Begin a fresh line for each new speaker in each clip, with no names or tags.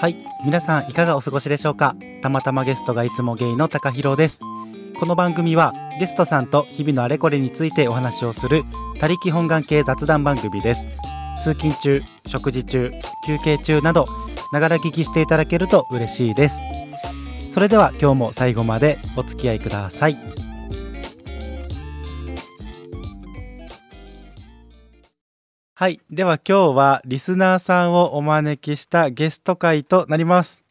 はい皆さんいかがお過ごしでしょうかたまたまゲストがいつもゲイの高弘ですこの番組はゲストさんと日々のあれこれについてお話をする他力本願系雑談番組です通勤中食事中休憩中などながら聞きしていただけると嬉しいですそれでは今日も最後までお付き合いくださいはい。では今日はリスナーさんをお招きしたゲスト会となります。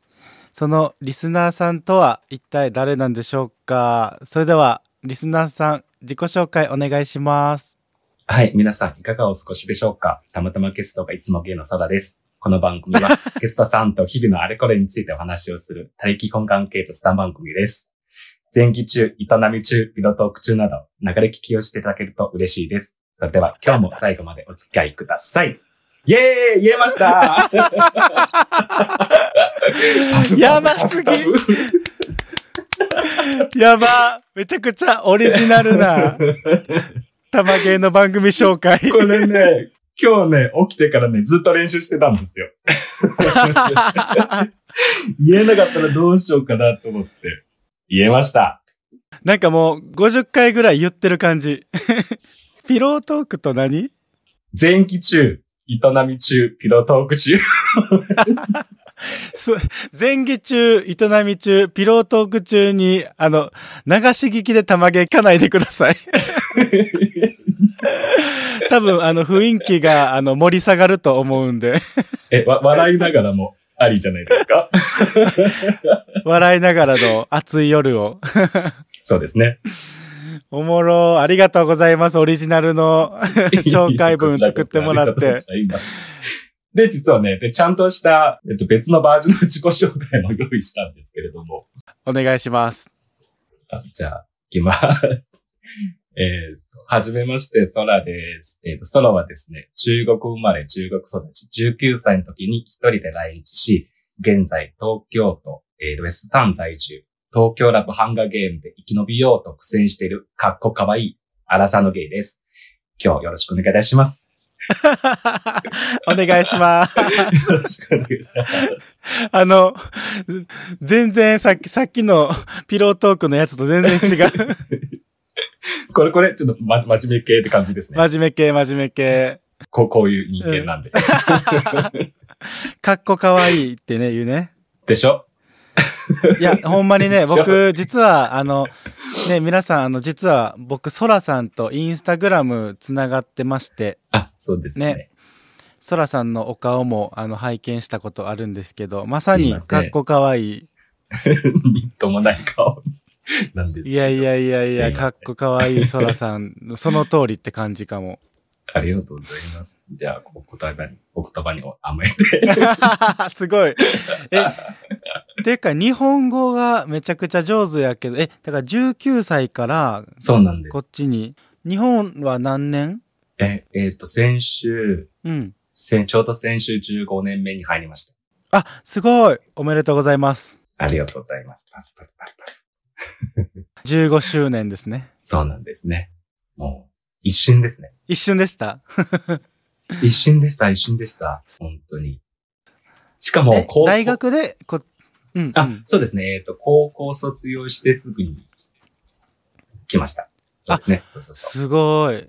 そのリスナーさんとは一体誰なんでしょうかそれではリスナーさん自己紹介お願いします。
はい、皆さんいかがお過ごしでしょうかたまたまゲストがいつもゲイのサダです。この番 組はゲストさんと日々のあれこれについてお話をする他力本願系雑談番組です。前期中、営み中、ピロトーク中など流れ聞きをしていただけると嬉しいです。それでは今日も最後までお付き合いください。イェーイ言えました
やばすぎ やばめちゃくちゃオリジナル な玉芸の番組紹介。
これね、今日ね、起きてからね、ずっと練習してたんですよ。言えなかったらどうしようかなと思って。言えました。
なんかもう50回ぐらい言ってる感じ。 ピロートークと何
前期中、営み中、ピロトーク中。
す前期中、営み中、ピロートーク中に、あの、流し聞きで玉毛かないでください。多分、あの、雰囲気が、あの、盛り下がると思うんで、
え、わ、笑いながらもありじゃないです か
笑いながらの熱い夜を。
そうですね。
おもろ、ありがとうございます。オリジナルの紹介文作ってもらっ
こちこ
て。
そあ りがとうございます。で、実はね、で、ちゃんとした、えっと、別のバージョンの自己紹介も用意したんですけれども。
お願いします。
あじゃあ、行きます。 えっと、はじめまして、ソラです。えっ、と、ソラはですね、中国生まれ、中国育ち、19歳の時に一人で来日し、現在、東京都、えーとウェストタウン在住、東京ラブハンガーゲームで生き延びようと苦戦している、かっこかわいい、アラサーのゲイです。今日よろしくお願いいたします。
お願いします。
よろしくお願いします。
あの、全然さっき、さっきのピロートークのやつと全然違う。
これこれ、ちょっと、ま、真面目系って感じですね。
真面目系、真面目系。
こう、こういう人間なんで。
かっこかわいいってね、言うね。
でしょ
い や、ほんまにね、
ちょ
僕、実は、あの、ね、皆さん、あの、実は、僕、ソラさんとインスタグラムつながってまして、
あ、そうですね。
ねソラさんのお顔も、あの、拝見したことあるんですけど、まさに、
すいま
か
せ
っ
ん
こかわいい。
みっともない顔なんですけど。
いやいやいやい
すいませ
や、
ん
かっこかわいいソラさん、その通りって感じか も。
ありがとうございます。じゃあ、お言葉に、お言葉に甘えて。
すごい。え、てか、日本語がめちゃくちゃ上手やけど、え、だから19歳から、
そうなんで
こっ
す。
ちに、日本は何年
え、えっ、と、先週、
うん。
先、ちょうど先週15年目に入りました。
あ、すごいおめでとうございます。
ありがとうございます。パフパフパフパフ
15周年ですね。
そうなんですね。もう、一瞬で すね。
一瞬でした。
一瞬でした、一瞬でした。本当に。しかも
え、
高校
大学で、こ、うん、う
あ、
ん。
そうですね。えっ、と、高校卒業してすぐに来ました。そうですね。そうそうそう。
すごい。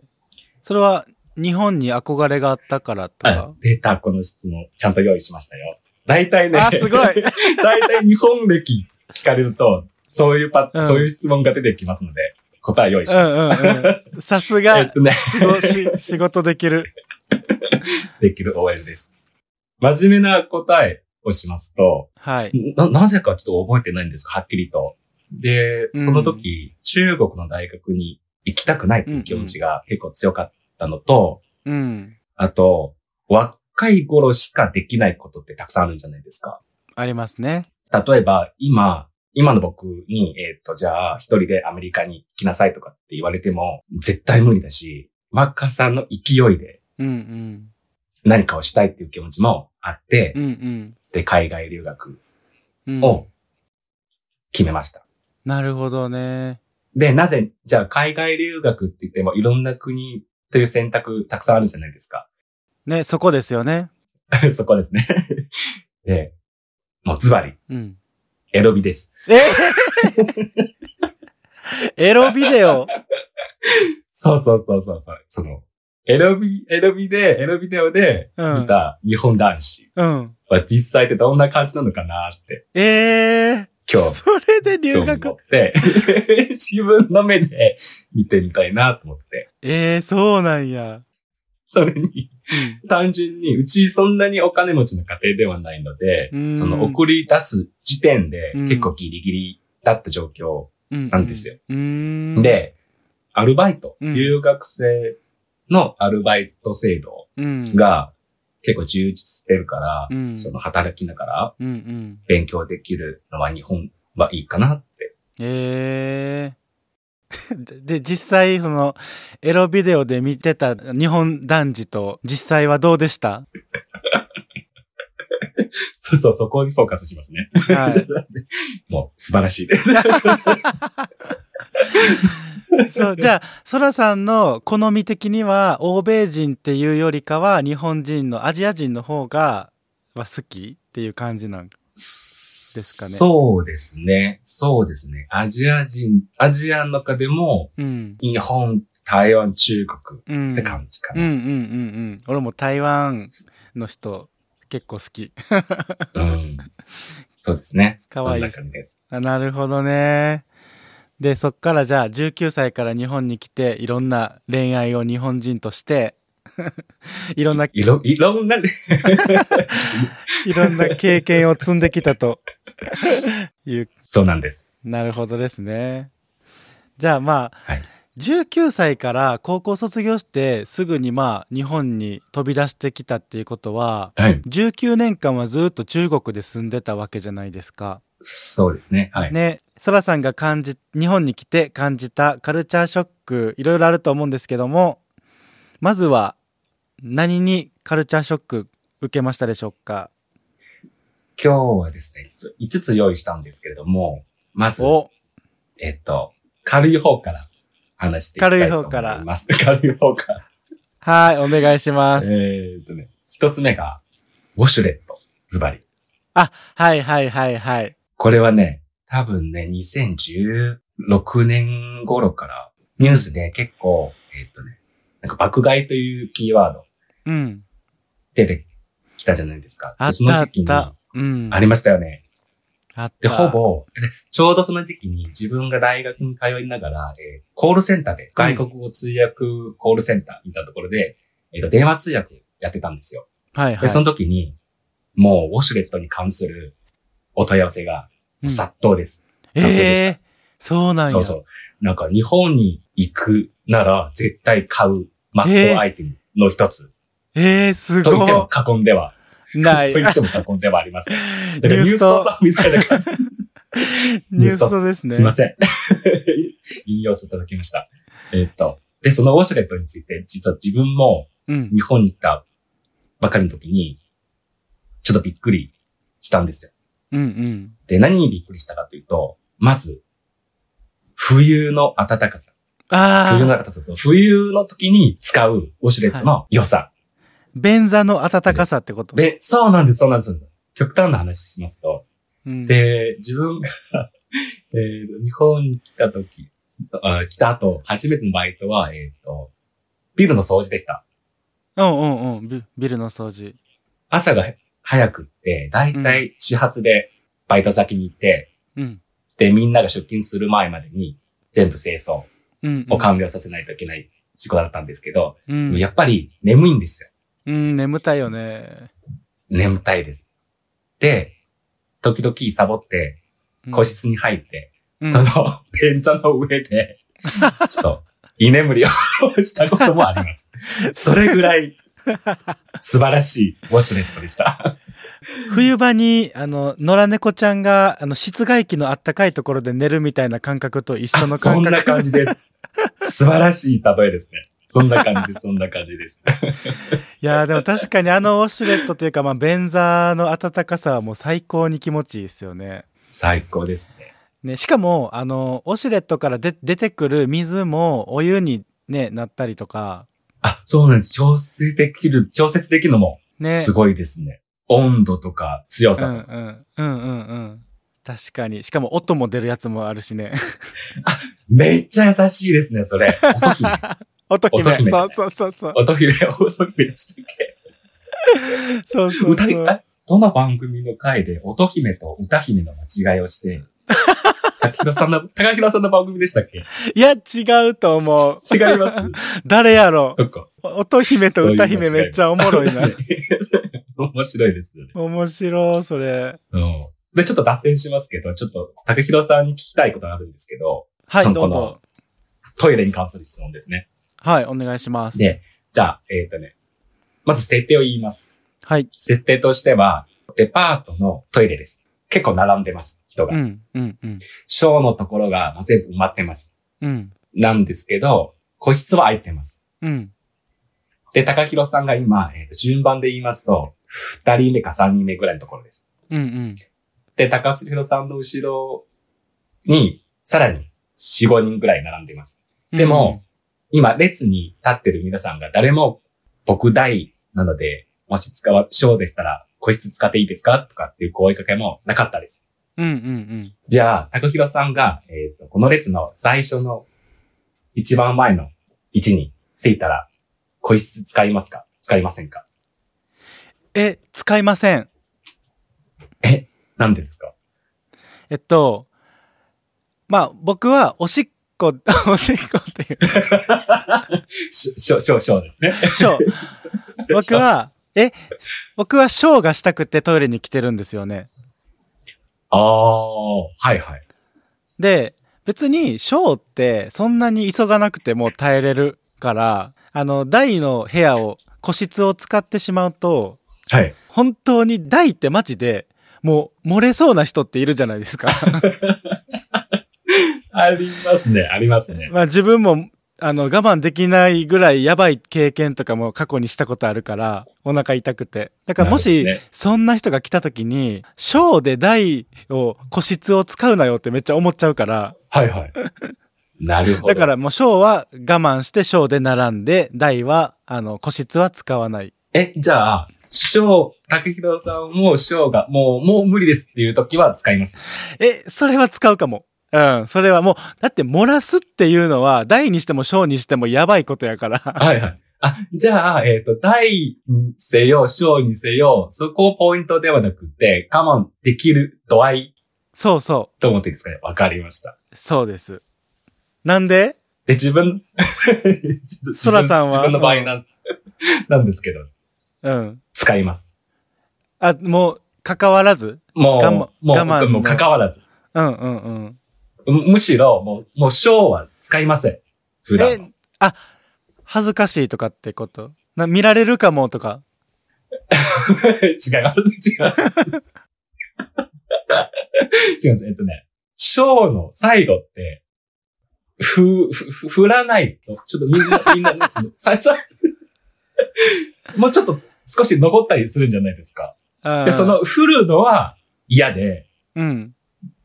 それは、日本に憧れがあったからと
あ
か。、
出た、この質問。ちゃんと用意しましたよ。大体ね。
あ、すごい
大体日本歴聞かれると、そういうパ、
うん
そういう質問が出てきますので、答え用意し
う
ました。
んうんうん。さす
え
が
っ、とね、
仕事し仕事できる。
できる OL です。真面目な答えをしますと、
はい。
な、なぜかちょっと覚えてないんですが、はっきりと。で、その時、中国の大学に行きたくないっていう気持ちが結構強かったのと、
うん。
あと、若い頃しかできないことってたくさんあるんじゃないですか。
ありますね。
例えば、今、今の僕に、えっ、と、じゃあ、一人でアメリカに来なさいとかって言われても、絶対無理だし、若さの勢いで
うん
何かをしたいっていう気持ちもあって、
うん。うん
で、海外留学
うん。うん。
を決めました。
なるほどね。
で、なぜ、じゃあ、海外留学って言っても、いろんな国という選択たくさんある じゃないですか。
ね、そこですよね。
そこですね。で、もうズバリ、
うん。
エロビです。
え エロビデオ。
そうそうそうそうそう。その、エロビ、エロビで、エロビデオで
うん
見た日本男子
うん。
は実際ってどんな感じなのかなって、
ええ
今日、
それで留
興味持っ
学。
て、 自分の目で見てみたいなと思って。
ええそうなんや。
それに、単純に、うちそんなにお金持ちの家庭ではないので、
うん。
その送り出す時点で
うん
結構ギリギリだった状況。なんですよ
うん。うん、
で、アルバイト、
うん
留学生のアルバイト制度
うん、
が結構充実してるから、
うん
その働きながら
うんうん。
勉強できるのは日本はいいかなって。
ええ で、実際、その、エロビデオで見てた日本男児と、実際はどうでした
そうそう、そこにフォーカスします ね。
はい。
もう素晴らしいです。
そう、じゃあ、ソラさんの好み的には、欧米人っていうよりかは、日本人の、アジア人の方が、は好きっていう感じなん
です
かね
そうですね。そうですね。アジア人、アジアの中でも、
うん。
日本、台湾、中国
うん。
って感じか
うん
な。
うんうんうん。俺も台湾の人、結構好き。
うん。そうですね。
かわいい
そんな感じです。
あなるほどね。で、そっからじゃあ19歳から日本に来て、いろんな恋愛を日本人として、 い ろんな、い
いろ、いろんな、
ろんな経験を積んできたという、
そうなんです。
なるほどですね。じゃあまあ、
はい。
19歳から高校卒業してすぐにまあ日本に飛び出してきたっていうことは、
はい。
19年間はずっと中国で住んでたわけじゃないですか。
そうですね。はい。
ね、そらさんが感じ、日本に来て感じたカルチャーショック、いろいろあると思うんですけども、まずは、何にカルチャーショック受けましたでしょうか
今日はですね、5つ用意したんですけれども、まず、
お、
えっと、軽い方から話していきたいと思います。 軽い方から。
はい、お願いします。
えーっとね、一つ目が、ウォシュレット、ズバリ。
あ、はいはいはいはい。
これはね、多分ね、2016年頃から、ニュースで結構、えーっとね、なんか爆買いというキーワード
うん。
出てきたじゃないですか。
あっ
そ
た
の
あっ
時期に、
た
あ。
うん。
りましたよね。
あっ
で、
た。
ほぼ、で ちょうどその時期に自分が大学に通いながら、えーコールセンターで、外国語通訳コールセンターみたいなところで、えっ、と、電話通訳やってたんですよ。
はいは
で、
い。
その時に、もうウォシュレットに関するお問い合わせが
うん
殺到です。
ええそうなんや。
そうそう。なんか日本に行くなら絶対買うマストアイテムの一つ。
ええす
と言
ご
っても
い。
過言では。
ない。
と
ニ
言
ュ
っても過言ではありません。 だからニュー
ー
ス
スと
と、さんみたいな感じ。
ニュースとですね。
すいません。 引用させていただきました。えーっと。で、そのウォシュレットについて、実は自分も
うん。
日本に行ったばかりの時に、ちょっとびっくりしたんですよ。
うんうん。
で、何にびっくりしたかというと、まず、冬の暖かさ。
あ
冬の
あ、
暖かさと、冬の時に使うウォシュレットの良さ。
便座の暖かさってこと。
で、そうなんです、そうなんです。そうなんです極端な話しますと、
うん、
で、自分が、 えー日本に来た時、あ来た後、初めてのバイトは、えっ、と、ビルの掃除でした。
うんうんうん。ビビルの掃除。
朝が早くって、だいたい始発でバイト先に行って、
うん。
で、みんなが出勤する前までに全部清掃
うん、う
を
ん。
完了させないといけない仕事だったんですけど、
うん。
やっぱり眠いんですよ。
うん、眠たいよね。
眠たいです。で、時々サボって、
うん
個、室に入って、
うん
その、便座の上で、 ちょっと、居眠りをしたこともあ ります。それぐらい、素晴らしいウォシュレットでした。
冬場に、あの、野良猫ちゃんが、あの、室外機のあったかいところで寝るみたいな感覚と一緒の
そ
感
ん
覚。
な 感じです。素晴らしい例えですね。そんな感じ です、そんな感じです。
いやーでも確かにあのウォシュレットというか、まあ、便座の暖かさはもう最高に気持ちいいですよね。
最高ですね。
ね、しかも、あの、ウォシュレットからで出てくる水もお湯に、ね、なったりとか、
あ、そうなんです。調節できる、調節できるのも、
ね。
すごいですね。温度とか
う
強
んう
さ。
ん。うんうんうん。確かに。しかも音も出るやつもあるしね。
めっちゃ優しいですね、それ。音姫。
音姫。
音姫
そうそうそうそう。
音姫、音姫でしたっけ
そうそう
歌
そ
姫
う。
あどの番組の回で音姫と歌姫の間違いを して、高弘さんの、高弘さんの番組でしたっけ
いや、違うと思う。
違 います
誰やろ
そっか。
う音姫と歌姫めっちゃおもろい な。
面白いですよね。
面白い、それ。
うん。で、ちょっと脱線しますけど、ちょっと、高弘さんに聞きたいことがあるんですけど、
は
そ
い、
の
ど
子
う
の
ぞ。
トイレに関する質問ですね。
はい、お願いします。
で、じゃあ、えっ、とね、まず設定を言います。
はい。
設定としては、デパートのトイレです。結構並んでます、人
う
が。
ん、うん、うん。
ショーのところが全部埋まってます。
うん、
なんですけど、個室は空いてます。
うん。
で、高弘さんが今、えーと順番で言いますと、二人目か三人目ぐらいのところです。
うん、うん。
で、高弘さんの後ろに、さらに四五人ぐらい並んでいます。でも、今、列に立ってる皆さんが誰も僕代なので、もし使わ、ショーでしたら、個室使っていいですかとかっていう声かけもなかったです。
うん、うん、うん。
じゃあ、高弘さんが、えっ、と、この列の最初の一番前の位置に着いたら、個室使いますか使いませんか
え、使いません。
え、なんでですか
えっと、まあ、僕は、おしっこ、 おしっこっていう、
しょ、しょ、しょ、しょですね。
ショー。僕は、え、僕はショーがしたくてトイレに来てるんですよね。
ああ、はいはい。
で、別にショーってそんなに急がなくても耐えれるから、あの、台の部屋を、個室を使ってしまうと、
はい。
本当に台ってマジで、もう漏れそうな人っているじゃないです か。
ありますね、ありますね。
まあ自分も、あの、我慢できないぐらいやばい経験とかも過去にしたことあるから、お腹痛くて。だからも
な
し、
るほどです
そんな人が来た時に、ショーで台を、個室を使うなよってめっちゃ思っちゃうから、
はいはい。なるほど。
だからもうショーは我慢してショーで並んで、台は、あの、個室は使わない。
え、じゃあ、ショー、竹広さんもショーが、もう、もう無理ですっていう時は使います。
え、それは使うかも。うん、それはもう、だって漏らすっていうのは、台にしてもショーにしてもやばいことや から。
はいはい。あ、じゃあ、えっ、と、大にせよ、小にせよ、そこをポイントではなくて、我慢できる度合い
そうそ
と思っていいですかね。わかりました。
う、そうです。なんで
で、自分、 ちょっと自分
ソラさんは
自分の場合なん、なんですけど、
うん。
使います。
あ、もう、関わらず
もう、
我慢
もう、
我慢
もう関わらず。
うんうんうん。
むむしろ、もう、もう、小は使いません。普段は。
え、あ、恥ずかしいとかってことな見られるかもとか。
違う、違う。違います。えっとね、ショーの最後って、ふ、ふ、ふ振らないと、ちょっとみんな、みんな、なんつうの最初、もうちょっと少し残ったりするんじゃないですか。
あー
で、そ、の振るのは嫌で、
うん、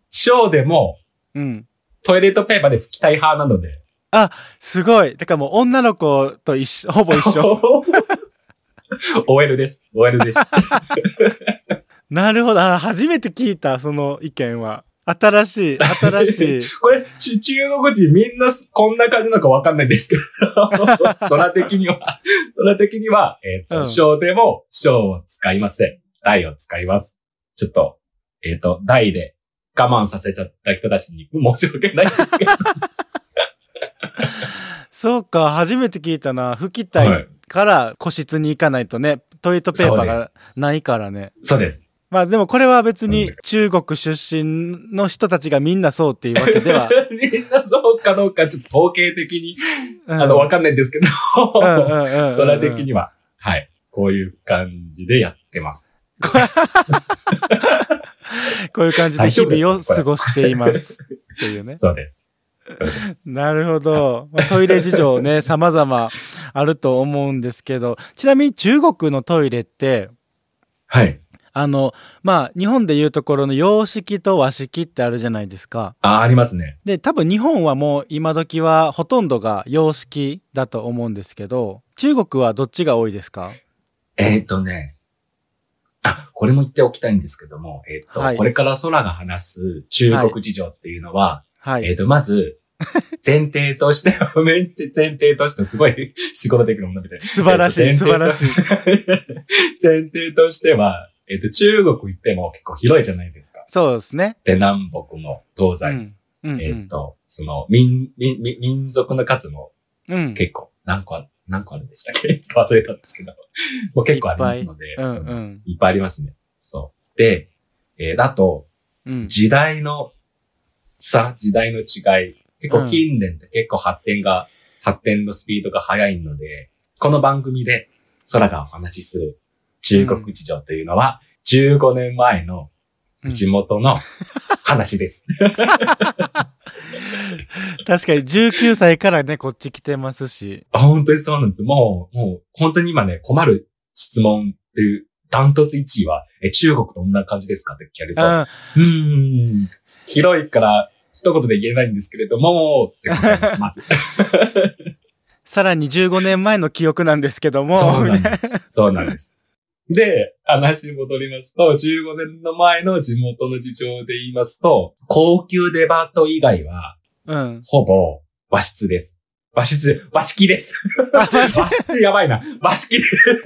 ショーでも
うん。
トイレットペーパーで拭きたい派なので、
すごい。だからもう女の子と一 緒、ほぼ一緒。
OL です。OL です。
なるほど。あー初めて聞いた、その意見は。新しい、新 しい。
これ、ち中国人みんなすこんな感じなのかわかんないんですけど、空的には、空的には、えっ、
う
と、
ん
小、でも小を使いません。大を使います。ちょっと、えっ、と、大で我慢させちゃった人たちに申し訳ないんですけど。
そうか、初めて聞いたな。吹きたい
い。
から個室に行かないとね、トイレットペーパー
そ
が
うです
ないからね。
そうです。
まあでもこれは別
う
に
ん
中国出身の人たちがみんなそうっていうわけで は。
みんなそうかどうか、ちょっと統計的に、
うん
あの、わかんないんですけど、
空
空的には、はい。こういう感じでやってます。
こういう感じで
大
日
丈夫です
々を過ごしています。っていうね。
そうです。
なるほど。まあトイレ事情 ね、様々あると思うんですけど、ちなみに中国のトイレって、
はい。
あの、まあ、日本でいうところの洋式と和式ってあるじゃないですか。
あ、ありますね。
で、多分日本はもう今時はほとんどが洋式だと思うんですけど、中国はどっちが多いですか
えっ、とね、あ、これも言っておきたいんですけども、えっ、と、
はい
これから空が話す中国事情っていうのは、
は
えっ、
い。
と、まず、前提として、前提前提としてすごい 仕事できるものみたいな。
素晴らしい、
えー
素
と
晴らしい。
前提としては、えっ、と、中国行っても結構広いじゃないですか。
そうですね。
で、南北も
う
東西も。
ん。うん。
えっ、と、その、民、民、民民族の数も
うん。
結構、何個ある、何個あるんでしたっけ ちょっと忘れたんですけど。もう結構ありますので、
うん。
その
うん。
いっぱいありますね。そう。で、えーあと、
うん。
時代の差、時代の違い。結構近年って結構発展が、発展のスピードが速いので、この番組で空がお話しする中国事情というのは、15年前の
うん
地元の話です。
確かに19歳からね、こっち来てますし。
あ本当にそうなんです。もう、もう、本当に今ね、困る質問っていう、ダントツ1位は、え、中国どんな感じですかって聞かれる
う
と、
ん。
うーん、広いから一言で言えないんですけれども、って答えます、まず。
さらに15年前の記憶なんですけど も。
そうなんです。そうなんです。で、話に戻りますと、15年の前の地元の事情で言いますと、高級デパート以外は、
うん。
ほぼ和室です。和室、和式です。
あ、和式
和室やばいな。和式です。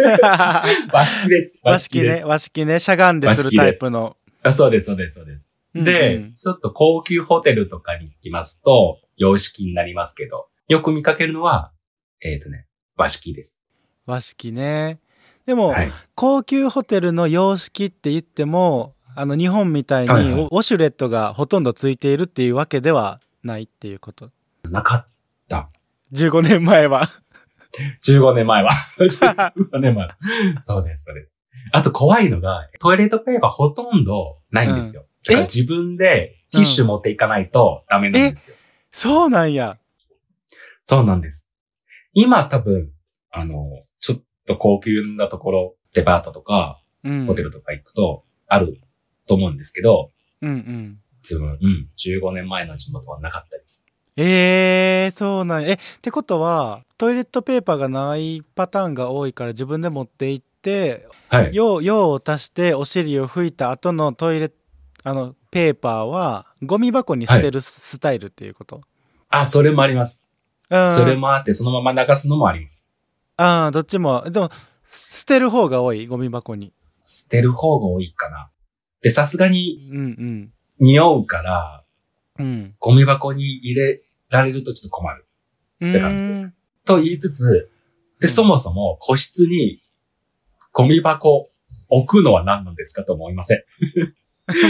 和式です。
和式
です。
ね、和式ね、しゃがんでするタイプの。
あそうです、そうです、そうです。で、
うん
ちょっと高級ホテルとかに行きますと、洋式になりますけど、よく見かけるのは、えっ、とね、和式です。
和式ね。でも、
はい。
高級ホテルの様式って言っても、あの、日本みたいにウ
はいはい
ォウォシュレットがほとんどついているっていうわけではないっていうこと。
なかった。
15年前は。
15年前は。15年前は。そうです、それ。あと怖いのが、トイレットペーパーほとんどないんですよ。だから
え
自分でティッシュ持っていかないとダメなんですよ。
そうなんや。
そうなんです。今多分、あの、ちょっと高級なところ、デパートとか、
うん。
ホテルとか行くと、あると思うんですけど、
うんうん。
自分、うん、15年前の地元はなかったです。
ええー、そうなんや。え、ってことは、トイレットペーパーがないパターンが多いから自分で持って行って、
はい。
用、用を足してお尻を拭いた後のトイレ、あの、ペーパーは、ゴミ箱に捨てるスタイルっていうこと。
あ、それもあります。
うん。
それもあって、そのまま流すのもあります。
ああ、どっちも。でも、捨てる方が多い、ゴミ箱に。
捨てる方が多いかな。で、さすがに
うん
匂うから、
うん。うん。
ゴミ箱に入れられるとちょっと困る。
って
感じです。と言いつつ、で、そもそも個室にゴミ箱置くのは何なんですかと思いません。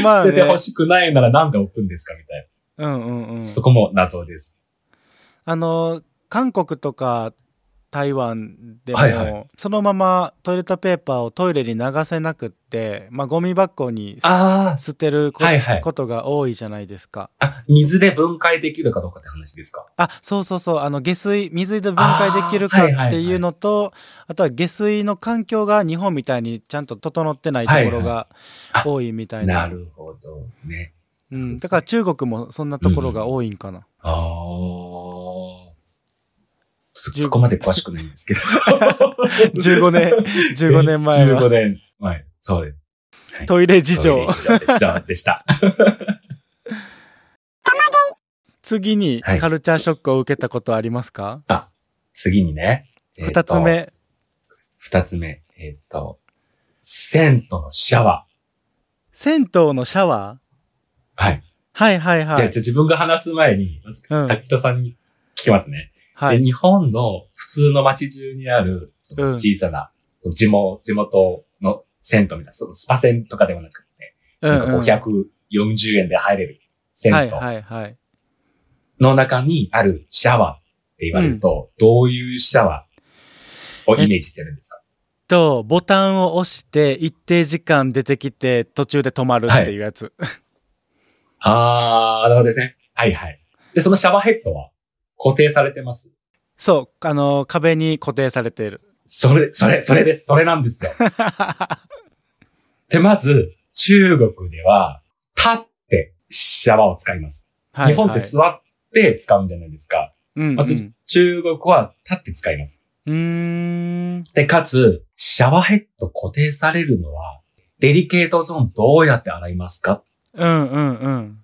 まあ、
捨てて
ね
ほ、しくないならなんで置くんですかみたい
うんうんうん
な。。そこも謎です。
あの、韓国とか台湾でも、
はいは
そのままトイレットペーパーをトイレに流せなくって、まあ、ゴミ箱に
あ
捨てるこ,、
はいはい
ことが多いじゃないですか。
あ。あ、水で分解できるかどうかって話ですか
あ、そうそうそう、あの、下水、水で分解できるか
あーはいはいは
っ
い
ていうのと、あとは下水の環境が日本みたいにちゃんと整ってないところが
はいはいあ
多いみたいな。
なるほどね。
うん、だから中国もそんなところが多いんかな。。
ああ。ちょっとそこまで詳しくないんですけど
15年、15年 前
15
は
年前。そうです。
トイレ事情。
以上でした。でした。
次に
はい
カルチャーショックを受けたことありますか
次にね。
二、
えーと
つ。目。
二つ目。えっ、と、銭湯のシャワ
銭湯のシャワ
ー。は
ー
い。
はいはい
じ
は
ゃあ、
い。
じゃあ自分が話す前に、まず、
うん
滝人さんに聞きますね、
は
で。
い。
日本の普通の街中にある、その
うん
小さな、地元、地元の銭湯みたいな、そのスパ銭とかではなくて、
うんうん
なんか540円で入れる銭
はい
湯
はいはい。
の中にあるシャワーって言われると、どういうシャワーをイメージしてるんですか
と、ボタンを押して一定時間出てきて途中で止まるっていうやつ。
あー、なるほどですね。はいはい。で、そのシャワーヘッドは固定されてます。
そう、あの、壁に固定されている。
それ、それ、それです。それなんですよ。で、まず、中国では、立ってシャワーを使います。
はい
日本って座って使うんじゃないですか。
はいうん、う
まず
ん。
中国は立って使います。
うーん。
で、かつ、シャワーヘッド固定されるのは、デリケートゾーンどうやって洗いますかっ
うんうんうん。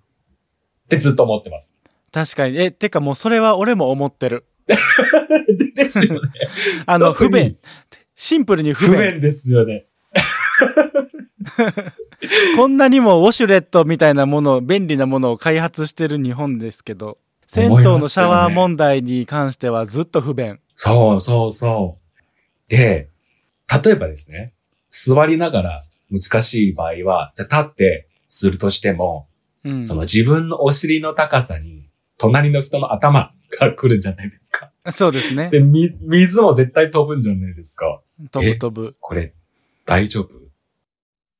てずっと思ってます。
確かに。え、てかもうそれは俺も思ってる。
でですよ ね。
あの、不
特に
便。シンプルに不
不
便。
便ですよね。
こんなにもウォシュレットみたいなもの、便利なものを開発してる日本ですけど、銭湯
思いますよね
のシャワー問題に関してはずっと不便。
そうそうそう。で、例えばですね、座りながら難しい場合は、じゃあ立ってするとしても、
うん。
その自分のお尻の高さに、隣の人の頭が来るんじゃないですか。
そうですね。
で、み、水も絶対飛ぶんじゃないですか。
飛ぶ飛ぶ。
これ、大丈夫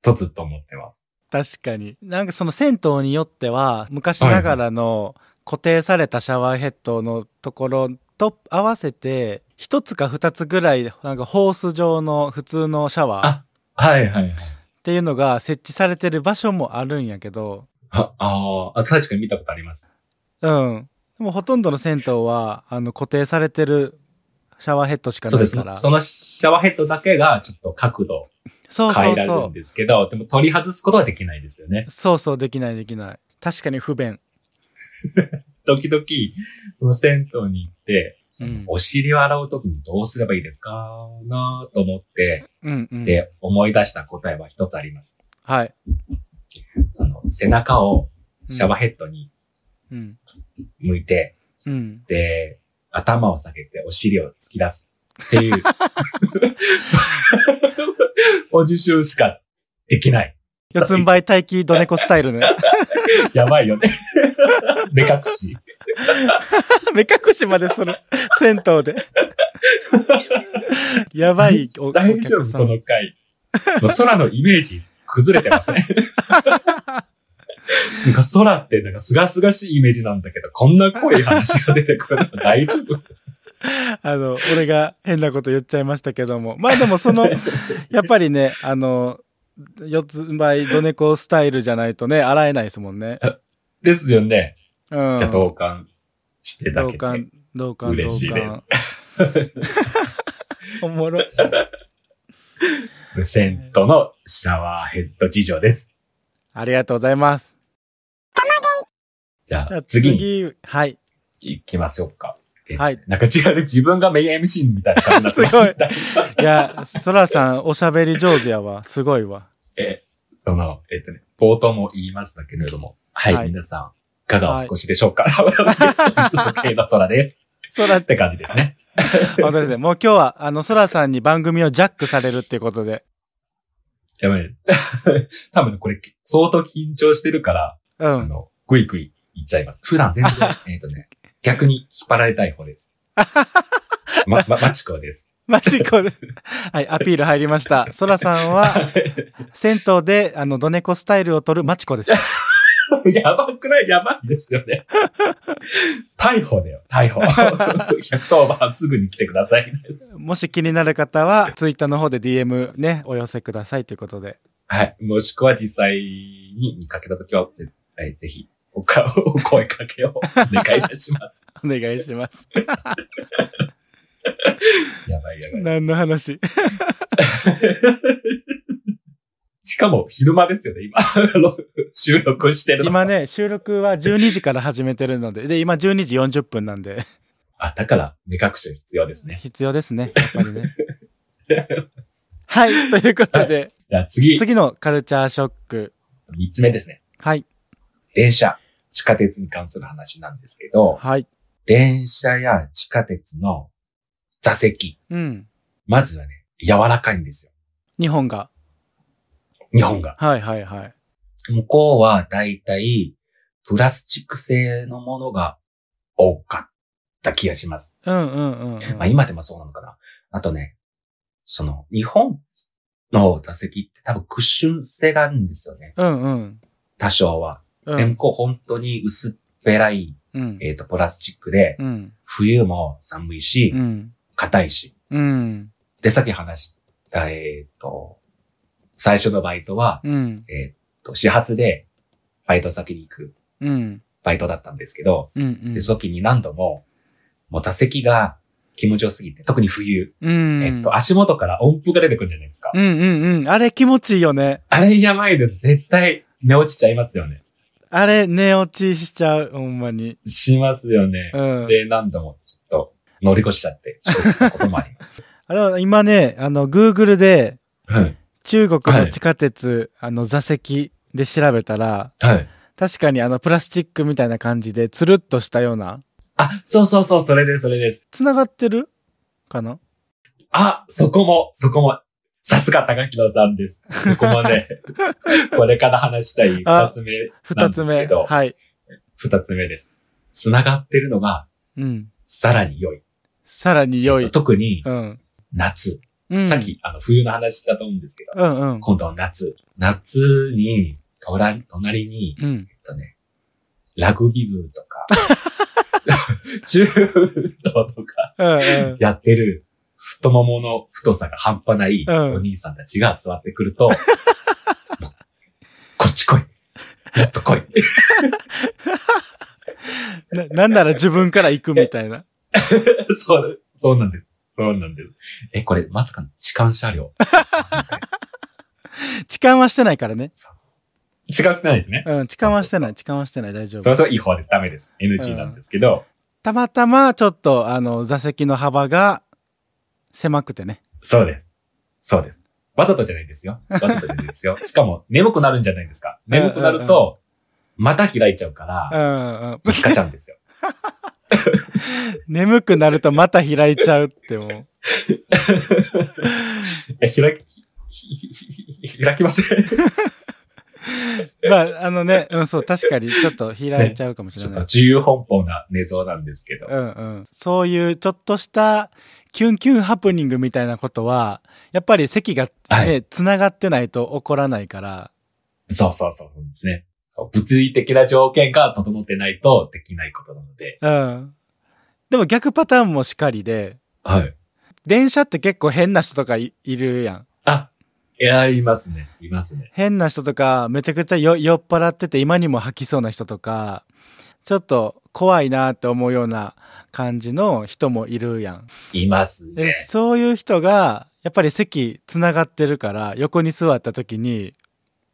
とずっと思ってます。
確かに。なんかその銭湯によっては、昔ながらの固定されたシャワーヘッドのところと合わせて、一つか二つぐらい、なんかホース状の普通のシャワーっ
あはいはいはい。
ていうのが設置されてる場所もあるんやけど、
あ、あーあ、確かに見たことあります。
うん。でもほとんどの銭湯は、あの、固定されてるシャワーヘッドしか
そう
な
で
い
す
から。
そのシャワーヘッドだけがちょっと角度
そう
変
そ
え
う
られる
そ
んですけど、でも取り外すことはできないですよね。
う。そうそう、できないできない。確かに不便。
時々、その銭湯に行って、そ
うん
のお尻を洗うときにどうすればいいですかなと思って、
うんうん。
で、思い出した答えは一つあります。
はい。
あの、背中をシャワー
ー。
ヘッドに
うん。
向いて、
うん。
で、頭を下げてお尻を突き出すっ ていう、 お受賞しかできない。
四つん這い待機ドネコスタイルね。
やばいよね。 目隠し。
目隠しまでする。 銭湯で。やばいおお
大丈
客
夫
さ
こ
ん。
の回。もう空のイメージ崩れてません。 なんか空ってなんかすがすがしいイメージなんだけど、こんな濃い話が出てくるの大丈 夫
あの、俺が変なこと言っちゃいましたけども。まあでも その、やっぱりね、あの、四つん這いドネコスタイルじゃないとね、洗えないですもんね。
ですよね。
うん。
じゃあ同感していただ
同
けて。
感、同感、
嬉しいです
同 感おもろ。
無線とのシャワーヘッド事情です。
ありがとうございます。
じゃ
じゃ
あ
あ
次に
次、はい。
行きましょうか。え
はい。
なんか違う、自分がメイン MC みたいな感じになってま
す
す
いや、そらさん、おしゃべり上手やわ。すごいわ。
え、その、えっとね、冒頭も言いましたけれども、はい、
はい
皆さん、いかがお過ごしでしょうか、はい、の空です。
そら、
って感じですね。
本当ですね。もう今日は、あの、そらさんに番組をジャックされるっていうことで。
やばい。 多分これ、相当緊張してるから、
う
あ
ん。
の、ぐいぐいいっちゃいます。普段全 然、えっとね、逆に引っ張られたい方 です。ま、ま、マチコです。
マジこれ。はい、アピール入りました。そらさんは、銭湯で、あの、ドネコスタイルを取るマチコです。
やばくないやばいですよ ね。逮捕だよ、逮 捕。110番すぐに来てください。
もし気になる方は、ツイッターの方で DM ね、お寄せくださいということで。
はい。もしくは実際に見かけたときは、ぜ,、えーぜひ、お顔、お声かけをお願いいたします。
お願いします。
やばいやばい。
何の話
しかも、昼間ですよね、今。 あの収録してるの。
今ね、収録は12時から始めてるので、で、今12時40分なんで、
あ、だから、目隠しが必要ですね。
必要ですね、やっぱりね。はい、ということで、
じゃあ次、
次のカルチャーショック。
三つ目ですね。
はい、
電車、地下鉄に関する話なんですけど、
はい。
電車や地下鉄の座席、
うん。
まずはね、柔らかいんですよ。
日本が。
日本が。
はい、はい、はい。
向こうはだいたいプラスチック製のものが多かった気がします。
うん、うん、うんうん。
まあ今でもそうなのかな。あとね、その日本の座席って多分クッション性があるんですよね。
うん、うん。
多少は。
う
で、向
ん、
こう本当に薄っぺらい、
うん。
えっ、と、プラスチックで、
うん、
冬も寒いし
う、ん。
硬いし。
うん、
で、さっき話した、えっ、と、最初のバイトは、
うん、
えっ、と、始発でバイト先に行く
うん、
バイトだったんですけど、
うん。
で、その時に何度も、もう座席が気持ちよすぎて、特に冬、
うん。
えっと、足元から音符が出てくるじゃないですか。
うんうんうん。あれ気持ちいいよね。
あれやばいです。絶対寝落ちちゃいますよね。
あれ、寝落ちしちゃう、ほんまに。
しますよね。
うん。
で、何度もちょっと乗り越しちゃって、遅刻したこともあり ます。
あれは今ね、あの、Google で
はい。
中国の地下鉄、あの、座席で調べたら、
はい。
確かにあの、プラスチックみたいな感じで、つるっとしたような。
あ、そうそうそう、それです、それです。
繋がってるかな
あ、そこも、そこも。さすが高木野さんです。ここもね、 これから話したい二つ目な
二
んで
つ
すけ
目。
ど、
はい。
二つ目です。繋がってるのが、
うん。
さらに良い。
さらに良い。
特に、
うん。
夏。
うん。
さっ。き、あの、冬の話だと思うんですけど、
うんうん。
今度は夏。夏に、とら隣に、
うん。
えっとね、ラグビー部と か、中運動とか、
うんうん。
やってる、太ももの太さが半端ない
うん
お兄さんたちが座ってく ると、もうこっち来い。もっと来い。
な、なんなら自分から行くみたいな。
そう、そうなんです。そうなんです。え、これ、まさかの痴漢車 両。
痴漢はしてないからね。
痴漢してないですね。
うん、痴漢はしてない。痴漢はしてない。大丈
そ
夫
れ。はそれ違法でダメです。NG なんですけど、
たまたま、ちょっと、あの、座席の幅が狭くてね。
そうです。そうです。わざとじゃないですよ。わざとじゃないですよ。しかも、眠くなるんじゃないですか。眠くなると、また開いちゃうか
う
ら、
んうん。
ぶつかっちゃうんですよ。
眠くなるとまた開いちゃうってもう。
え、開き、ひひひひ開きません。
まあ、あのね、うん、そう、確かに、ちょっと開いちゃうかもし
ち
れ
ょっ
な
と
い。
自由奔放な寝相なんですけど。
うんうん。そういう、ちょっとした、キュンキュンハプニングみたいなことは、やっぱり席が
は
ね、繋がってないと起こらないから、
そうそうそうそうですね。そう物理的な条件が整ってないとできないことなので。
うん。でも逆パターンもしかりで、
はい。
電車って結構変な人とかいいるやん。
あ、いや、いますね。いますね。
変な人とか、めちゃくちゃよ酔っ払ってて今にも吐きそうな人とか、ちょっと怖いなって思うような感じの人もいるやん。
います
で
ね。
そういう人が、やっぱり席つながってるから、横に座った時に、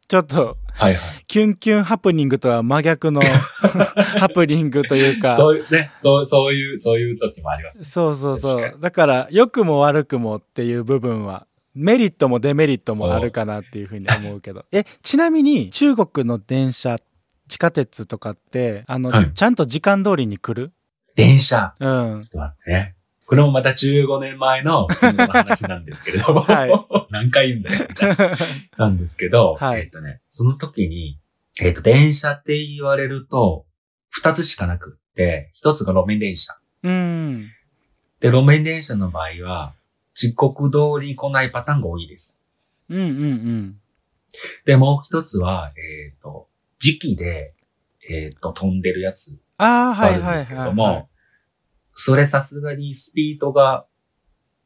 ちょっと
はいはい。
キュンキュンハプニングとは真逆 のハプニングというか、
そういうね、そう、そういう、そういう時もあります。
そうそうそ
確か
う。だから、良くも悪くもっていう部分は、メリットもデメリットもあるかなっていうふうに思うけど。え、ちなみに、中国の電車、地下鉄とかって、あの、
はい
ちゃんと時間通りに来る
電車。
うん。
ちょっと待ってね。これもまた15年前の自分の話なんですけれど も、
はい
何回言うんだよ、みたいな。なんですけど、
はい
えっとね、その時に、えっと、電車って言われると、二つしかなくって、一つが路面電車。
うん。
で、路面電車の場合は、時刻通りに来ないパターンが多いです。
うんうん
で、もう一つは、えっ、と、時期で、えっ、と、飛んでるやつ
ああ、
が
は
あ
い
るん
はい
ですけ
は
ど
い、
も、それさすがにスピードが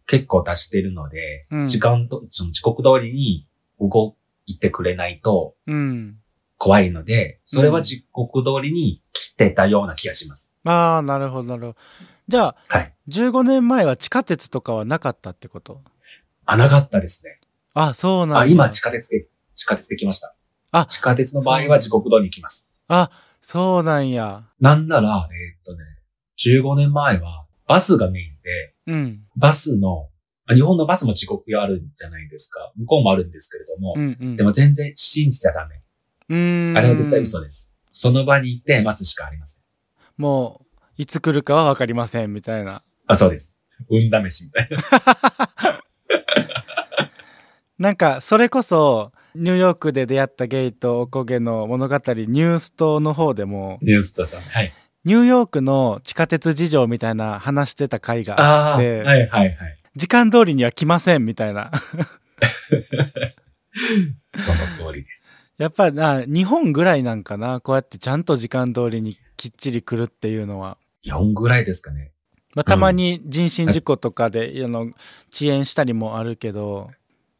結構出してるので、
うん
時間と、その時刻通りに動いてくれないと
うん。
怖いので、それは時刻通りに来てたような気がします。
ああ、なるほど、なるほど。じゃあ、
はい。
15年前は地下鉄とかはなかったってこと
あ、なかったですね。
あ、そうなんだ。
あ、今地下鉄で、地下鉄で来ました。
あ
地下鉄の場合は時刻通りに来ます。
あ、そうなんや。
なんなら、えーっとね、15年前はバスがメインで、
うん。
バスの、あ日本のバスも時刻があるんじゃないですか。向こうもあるんですけれども、
うんうん。
でも全然信じちゃダメ。
うーん。
あれは絶対嘘です。その場に行って待つしかありません。
もう、いつ来るかは分かりません、みたいな。
あ、そうです。運試しみ たいな。
なんか、それこそ、ニューヨークで出会ったゲイとおこげの物語、ニュース島の方でも、
ニュースとさん。はい。
ニューヨークの地下鉄事情みたいな話してた回が、
ああー、
で
はいはいはい。
時間通りには来ません、みたいな。
その通りです。
やっぱな、日本ぐらいなんかな、こうやってちゃんと時間通りにきっちり来るっていうのは。
4ぐらいですかね。
まあ、たまに人身事故とかで、あの遅延したりもあるけど、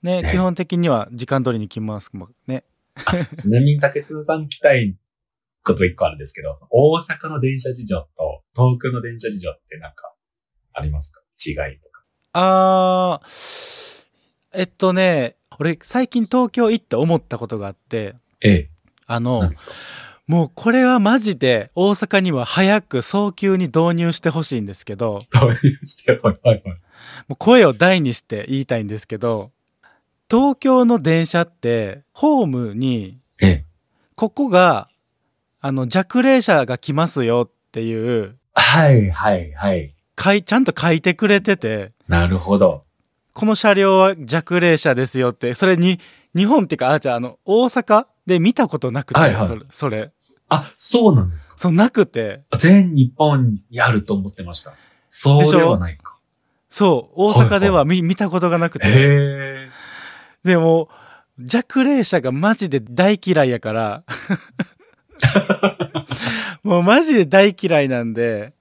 ね、
ね
基本的には時間通りに来ますもんね。
ちなみに竹鈴さんに聞きたいこと一個あるんですけど、大阪の電車事情と東京の電車事情ってなんかありますか違いとか。
あー、えっとね、俺最近東京行って思ったことがあって、
ええ。
あ
なん
の
で、すか
もうこれはマジで大阪には早く早急に導入してほしいんですけど、
どういうして、はいはいはい。
もう声を大にして言いたいんですけど、東京の電車って、ホームに、
ええ。
ここが、あの、弱霊者が来ますよっていう、
はいはいはい。
かい、ちゃんと書いてくれてて、
なるほど。
この車両は弱霊者ですよって、それに、日本っていうか、あ、じゃあ、あの、大阪で見たことなくて、
はいはい
それ、それ、
あ、そうなんですか。
そうなくて、
全日本にあると思ってました。そうではないか。
そう、大阪では見、見たことがなくて、
へえ。
でも、弱霊者がマジで大嫌いやから、もうマジで大嫌いなんで、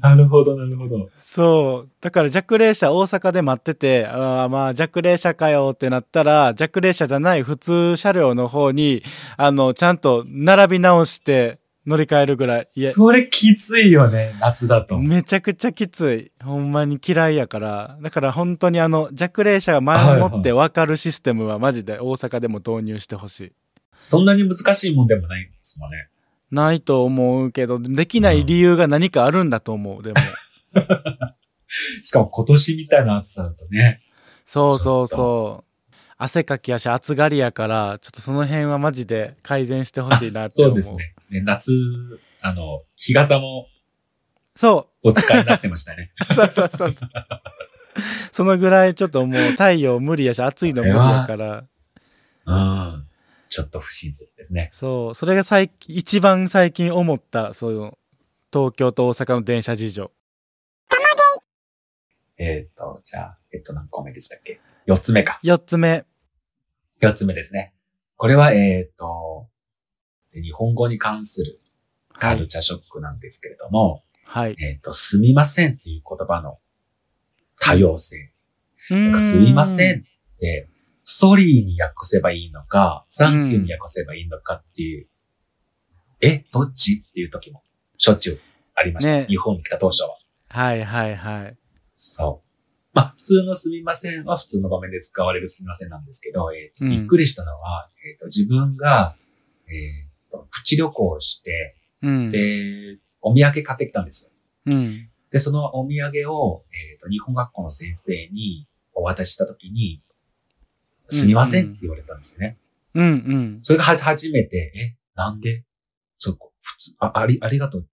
なるほど、なるほど。
そう。だから弱霊者大阪で待ってて、ああまあ弱霊者かよってなったら、弱霊者じゃない普通車両の方に、あの、ちゃんと並び直して乗り換えるぐらい、いや、
それきついよね、夏だと。
めちゃくちゃきつい。ほんまに嫌いやから。だから本当にあの、弱霊者が前もってわかるシステムはマジで大阪でも導入してほしい。
そんなに難しいもんでもないんですもんね。
ないと思うけど、できない理由が何かあるんだと思 う、でも。
しかも今年みたいな暑さだとね。
そうそうそう。汗かきやし、暑がりやから、ちょっとその辺はマジで改善してほしいなって
そ
思う。
うです。ね。ね夏、あの、日傘も
そ
お使いになってました ね。
う。そうそうそうそう。そのぐらいちょっともう太陽無理やし、暑いの無理やから。
うん。ちょっと不親切ですね。
そう。それが最近、一番最近思った、その、東京と大阪の電車事情。
えっ、と、じゃあ、えっ、と、何個目でしたっけ四つ目か。
四つ目。
四つ目ですね。これは、えっ、と、で日本語に関するカルチャーショックなんですけれども、
はい。
えっ、と、すみませんっていう言葉の多様性。
う
なん
ー
かすみませんっ。て、ソリーに訳せばいいのか、サンキューに訳せばいいのかっていう、え、どっちっていう時もしょっちゅうありました。
ね
日本に来た当初は。
はいはいはい。
そう。まあ、普通のすみませんは普通の場面で使われるすみませんなんですけど、えーと
うん
びっくりしたのは、えーと自分が、えーとプチ旅行をして、
うん。
で、お土産買ってきたんですよ。
うん。
で、そのお土産を、えーと日本学校の先生にお渡ししたときに、
うん
すみませんって言われたんですよね。
うんうん。
それがはじ初めて、え、なんでそこ、普通、あ、あり、ありがとう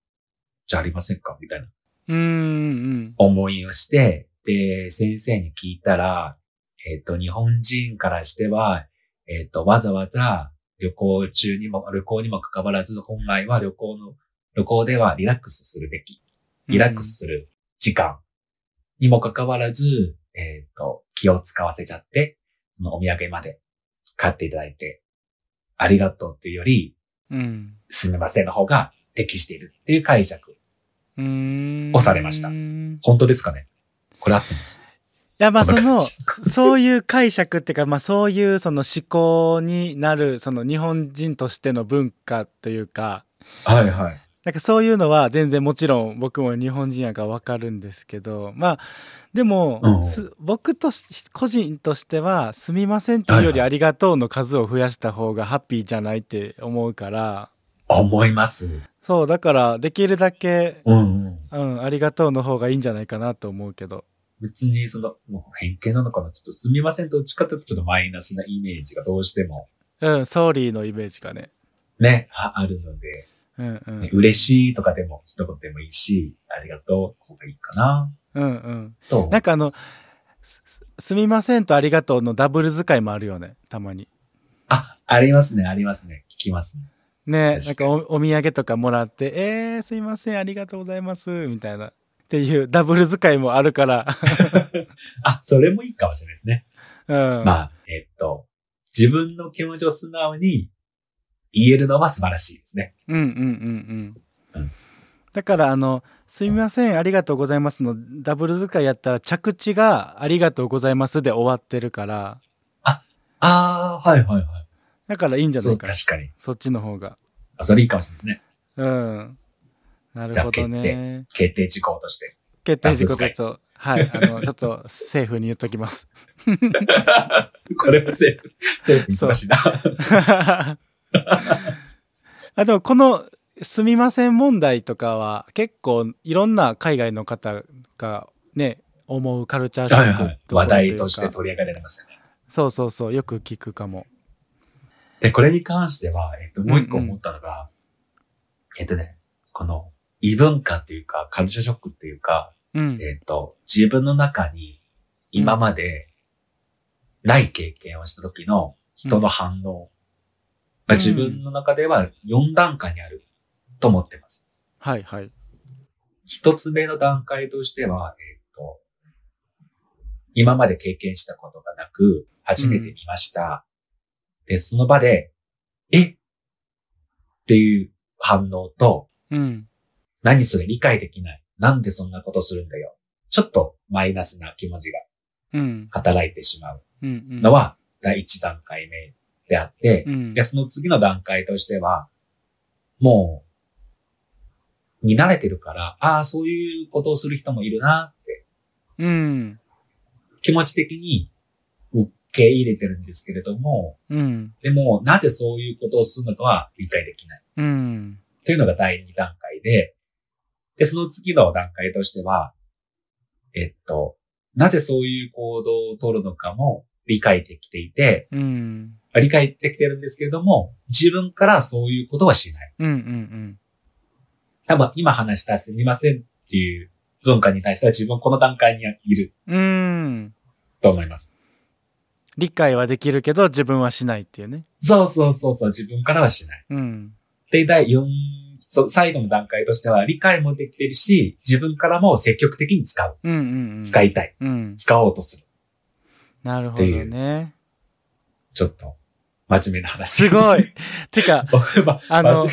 じゃありませんかみたいな。
うーん。
思いをして、で、先生に聞いたら、えっ、と、日本人からしては、えっ、と、わざわざ旅行中にも、旅行にもかかわらず、本来は旅行の、旅行ではリラックスするべき、リラックス。する時間にもかかわらず、えっ、と、気を使わせちゃって、そのお土産まで買っていただいて、ありがとうっていうより、
うん。
すみませんの方が適しているっていう解釈。
うーん。
押されました
うーん
本当ですかねこれ合ってます。
いや、まあ
こん
そ
な感
の、
じ
そういう解釈っていうか、まあそういうその思考になる、その日本人としての文化というか、
はいはい。
なんかそういうのは全然もちろん僕も日本人やからわかるんですけど、まあ、でも、
うん
す僕とし、個人としては、すみませんっていうよ
はい
りありがとうの数を増やした方がハッピーじゃないって思うから、
思います。
そう、だからできるだけ、
うん、うん。
うん、ありがとうの方がいいんじゃないかなと思うけど。
別に、その、もう偏見なのかなちょっとすみませんと、どっちかというとちょっとマイナスなイメージがどうしても
うん、ソーリーのイメージがね。
ね、はあるので、
うんうん。
ね嬉しいとかでも一言でもいいし、ありがとうの方がいいかな、
うんうん。
と思います。
なんかあの、すすすみませんとありがとうのダブル使いもあるよね、たまに。
あ、ありますね、ありますね。聞きますね。
ね、なん
確か
かおお土産とかもらって、えー、すいません、ありがとうございます、みたいな。っていうダブル使いもあるから。
あ、それもいいかもしれないですね。
うん。
まあ、えっと、自分の気持ちを素直に言えるのは素晴らしいですね。
うんうんうんう
うんん。
だからあの、すみません、ありがとうございますのダブル使いやったら着地がありがとうございますで終わってるから、
ああ、はいはいはい。
だからいいんじゃな
そ、
いうかな
確。かに。
そっちの方が。
あそれいいかもしれないです
う
ね。
ん。なるほど
じゃあ決
ね。
決定事項として。
決定事項とちょっと、はい、あの、ちょっと政府に言っとき ます。
これはセーフ。セーフ難しいな。
あと、この、すみません問題とかは、結構いろんな海外の方がね、思うカルチャーショ
はい
ック
はい。
ところ
話
という
題
か
として取り上げられますよね。
そうそうそう、よく聞くかも。
で、これに関しては、えっと、もう一個
うんうん
思ったのが、えっとね、この異文化っていうか、カルチャーショックっていうか、
うん。
えっと、自分の中に今までない経験をした時の人の反応。まあ自分の中では4段階にあると思ってます。
はいはい。
一つ目の段階としては、えっと、今まで経験したことがなく、初めて見ました。で、その場で、えっていう反応と、
うん。
何それ理解できない。なんでそんなことするんだよ。ちょっとマイナスな気持ちが
うん。
働いてしまう
うん。うん
の、は、第一段階目であって、
うん
で、。その次の段階としては、もう、に慣れてるから、ああ、そういうことをする人もいるなって、
うん。
気持ち的に受け入れてるんですけれども、
うん。
でも、なぜそういうことをするのかは理解できない。
うん。
というのが第2段階で、で、その次の段階としては、えっと、なぜそういう行動を取るのかも理解できていて、
うん。
理解できてるんですけれども、自分からそういうことはしない。
うん。うん。
多分今話したすみませんっていう文化に対しては自分この段階にいる
うん。
と思います。
理解はできるけど、自分はしないっていうね。
そうそうそうそう、自分からはしない。
うん。
で、第4、そう最後の段階としては理解もできてるし、自分からも積極的に使う。
うん。うん。うん
使。いたい。
うん。
使おうとする。
なるほどね。
ちょっと、真面目な話。
すごい。てか、
ま
あ
ま
の、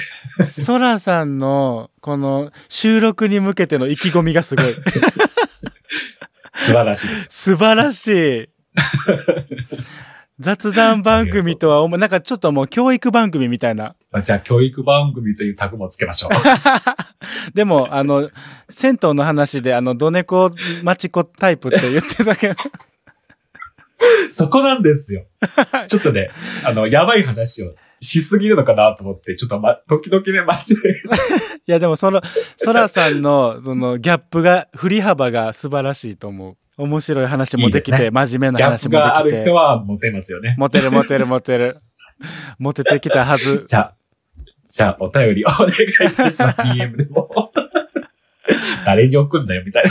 ソラさんの、この、収録に向けての意気込みがすご い。
素晴らしいです。
素晴らしい。雑談番組とは思う、なんかちょっともう教育番組みたいな。
まあじゃあ、教育番組というタグもつけま しょう。
でも、あの、銭湯の話で、あの、ドネコマチコタイプって言ってたけど、
そこなんで すよ。ちょっとね、あの、やばい話をしすぎるのかなと思って、ちょっとま、時々ね、真面目
いやでもその、ソラさんの、その、ギャップが、振り幅が素晴らしいと思う。面白い話もできて、
いいですね
真面目
ギ
な
ャッ
話
プ
もできて。
がある人はモテますよね。
モテるモテるモテる。モテてきたはず。
じゃあ、じゃあお便りお願いいた します。DM でも。 誰に送んだよ、みたいな。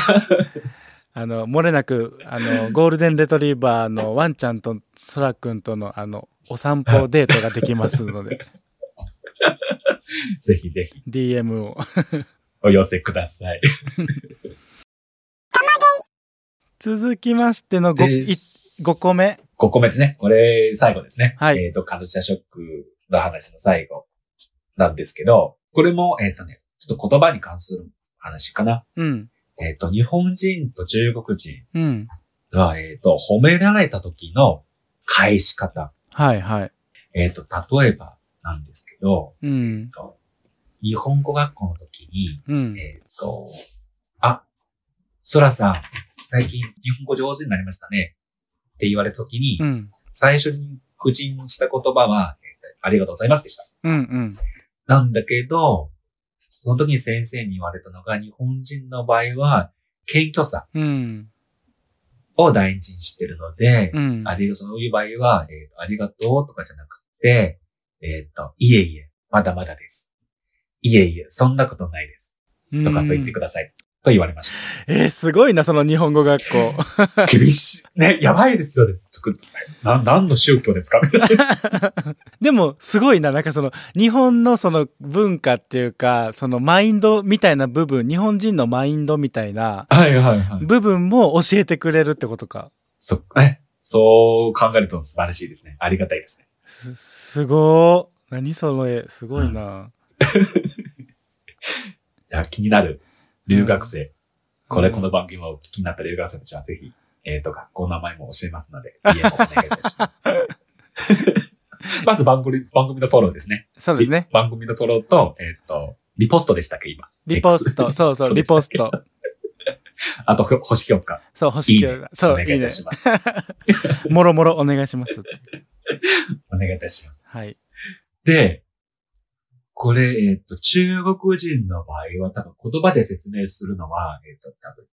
あの、漏れなく、あの、ゴールデンレトリーバーのワンちゃんとソラくんとの、あの、お散歩デートができますの で、
ぜひぜひ
DM を。
お寄せください。
続きましての 5, 5個目。
5個目ですね。これ、最後ですね。
はい
えっ、と、カルチャーショックの話の最後なんですけど、これも、えっ、とね、ちょっと言葉に関する話かな。
うん。
えっ、と、日本人と中国人
うん。
は、えっ、と、褒められた時の返し方。
はいはい。
えっ、と、例えばなんですけど、
うん。
日本語学校の時に、
うん。
えーっと、あ、そらさん、最近日本語上手になりましたね。って言われたときに、
うん。
最初に口にした言葉は、えーありがとうございますでした。
うん。うん。
なんだけど、その時に先生に言われたのが、日本人の場合は、謙虚さ
うん。
を大事にしてるので、
うん。
ありがそういう場合は、えーとありがとうとかじゃなくて、えっ、と、いえいえ、まだまだです。いえいえ、そんなことないです。とかと言ってください。と言われました。
えーすごいな、その日本語学校。
厳しい。ね、やばいですよね。つくな、何の宗教ですか
でも、すごいな、なんかその、日本のその文化っていうか、そのマインドみたいな部分、日本人のマインドみたいな
はいはいは。
部分も教えてくれるってことか。
そっかね。そう考えると素晴らしいですね。ありがたいですね。
す、すごー。何その絵、すごいな。
じゃあ気になる留学生。これこ
う
の
ん。
番組をお聞きになった留学生たちはぜひ、えっ、と、学校の名前も教えますので、DM をお願いいたし ます。まず番組、番組のフォローですね。
そうですね。
リ番組のフォローと、えっ、と、リポストでしたっけ、今。
リポスト、そうそう、
そう
リ
でした
ポ
っ
ス
け
ト。
あと、ほ星評価。
そう、星
いい
9。そ
お
う、
願
い
い
い
い
ね
た。します。
もろもろお願いします。
お願いいたします。
はい。
で、これ、えっ、と、中国人の場合は、多分言葉で説明するのは、えっ、と、多分、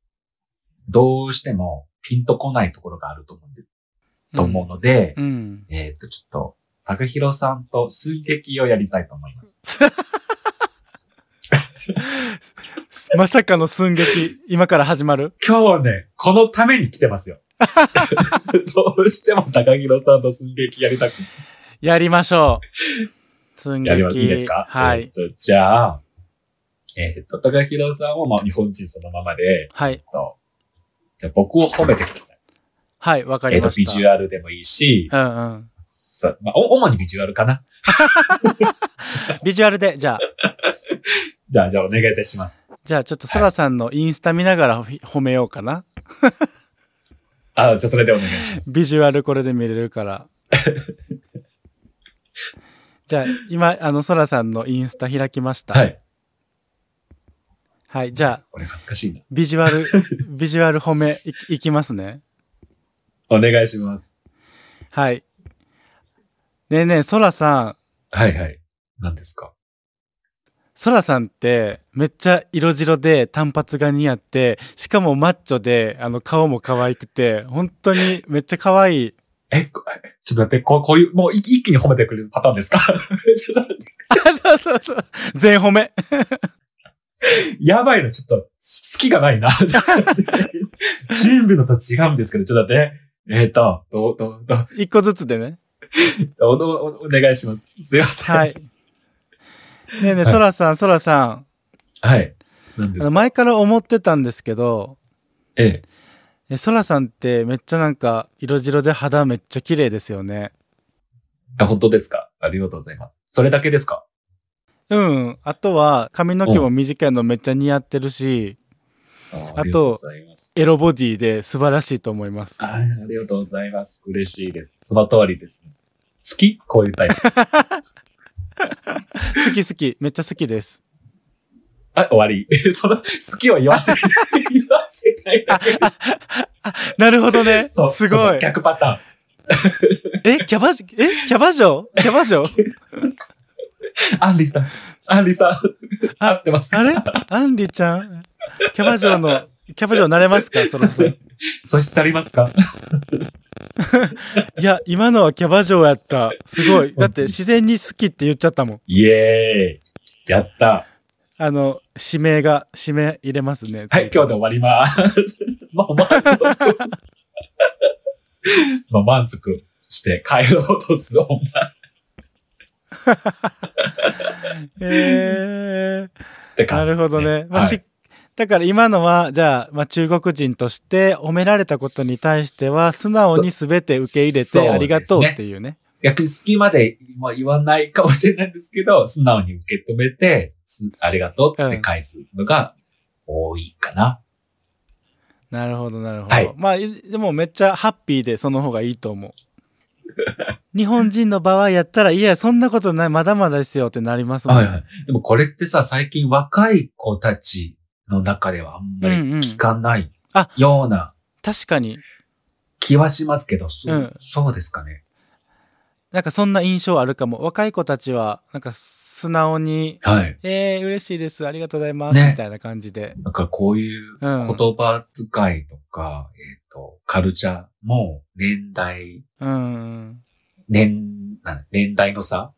どうしてもピンとこないところがあると思うんです、と思うので、
うん。うん。
えっ、と、ちょっと、高弘さんと寸劇をやりたいと思います。
まさかの寸劇、今から始まる
今日はね、このために来てますよ。 どうしても高弘さんと寸劇やりたくて
やりましょう。寸
や
劇。
りますいいですか
は
えっ
い。
と、じゃあ、えっ、と、高弘さんはまあ日本人そのままで、えっ
はい。
と、じゃあ僕を褒めてください。
はい、わか
え
り
っ、と、
ま
ビ
した。
ジュアルでもいいし、
うんうん。
さまあ、お主にビジュアルかな。
ビジュアルで、じゃあ、
じゃあ、じゃあお願いいたします。
じゃあちょっとソラさんのインスタ見ながら褒めようかな。
あ、じゃあそれでお願い します。
ビジュアルこれで見れる から。じゃあ、今、あの、ソラさんのインスタ開きました。
は。い。
はい、じゃあ、
これ恥ずかしいな。
ビジュア ル、ビジュアル褒めいいきますね。
お願いします。
はい。ねえねえ、ソラさん、
はいはい。何ですか
ソラさんって、めっちゃ色白で単発が似合って、しかもマッチョで、あの、顔も可愛くて、本当にめっちゃ可愛い。
え、こちょっと待って、こうこういう、もう一一気に褒めてくれるパターンですか ちょっと待って
そうそうそう。全褒め。
やばいの、ちょっと、好きがないな。 ちょっと待って準備のと違うんですけど、ちょっと待って。えっ、と、どう、どう、どう
一個ずつでね。
おおおお願いします。すいません。
はい。ねえねえ、
はい
ソラさん、ソラさん。
はい。何
あ
で
の
すか
前から思ってたんですけど、
ええ。
えソラさんってめっちゃなんか色白で肌めっちゃ綺麗ですよね。
あ本当ですかありがとうございます。それだけですか
うんうん。あとは髪の毛も短いのめっちゃ似合ってるし、
あ
あと
ありがとうございます。
エロボディで素晴らしいと思い ます。
あありがとうございます。嬉しいです。その通りです、ね。好きこういうタイプ。
好き好き。めっちゃ好きです。
あ、終わり。 その、好きを言わせ、言わせたいだけ。
なるほどね
そ。う、
す
そ
ご
の
い。
逆パターン。
え、キャバ、え、キャバ嬢キャバ嬢
アンリさん、アンリさん、 合ってますか
あれアンリちゃんキャバ嬢の、キャバ嬢なれますかそろそろ。
そして去りますか
いや、今のはキャバ嬢やった。すごい。だって自然に好きって言っちゃったもん。
イエーイやった。
あの、指名が、指名入れますね。
はい、今日で終わります。 もう満 足。もう満足して帰ろうとする女。
え
って
ー、な
感じ
る
で
ほ
す、ね。
どね。まあ
はい
しだから今のは、じゃあ、まあ、中国人として褒められたことに対しては、素直に全て受け入れ
そそう
てありがとうっていうね。
逆に好きまでまあ言わないかもしれないんですけど、素直に受け止めて、すありがとうって返すのが多いかな。
なるほど、なるほど。
はい
まあ、いでもめっちゃハッピーで、その方がいいと思う。 日本人の場合やったら、いや、そんなことない、まだまだですよってなりますもんね。
い。でもこれってさ、最近若い子たちの中ではあんまり
うんうん
聞かない
あ
ような
確かに、
気はしますけど、そう
うん
そうですかね。
なんかそんな印象あるかも。若い子たちは、なんか素直に
はい。
えー、嬉しいです。ありがとうございます。
ね
みたいな感じで。
だからこういう
う
言
ん。
葉遣いとか、えっ、と、カルチャーも年代
うん。
年、な年代の差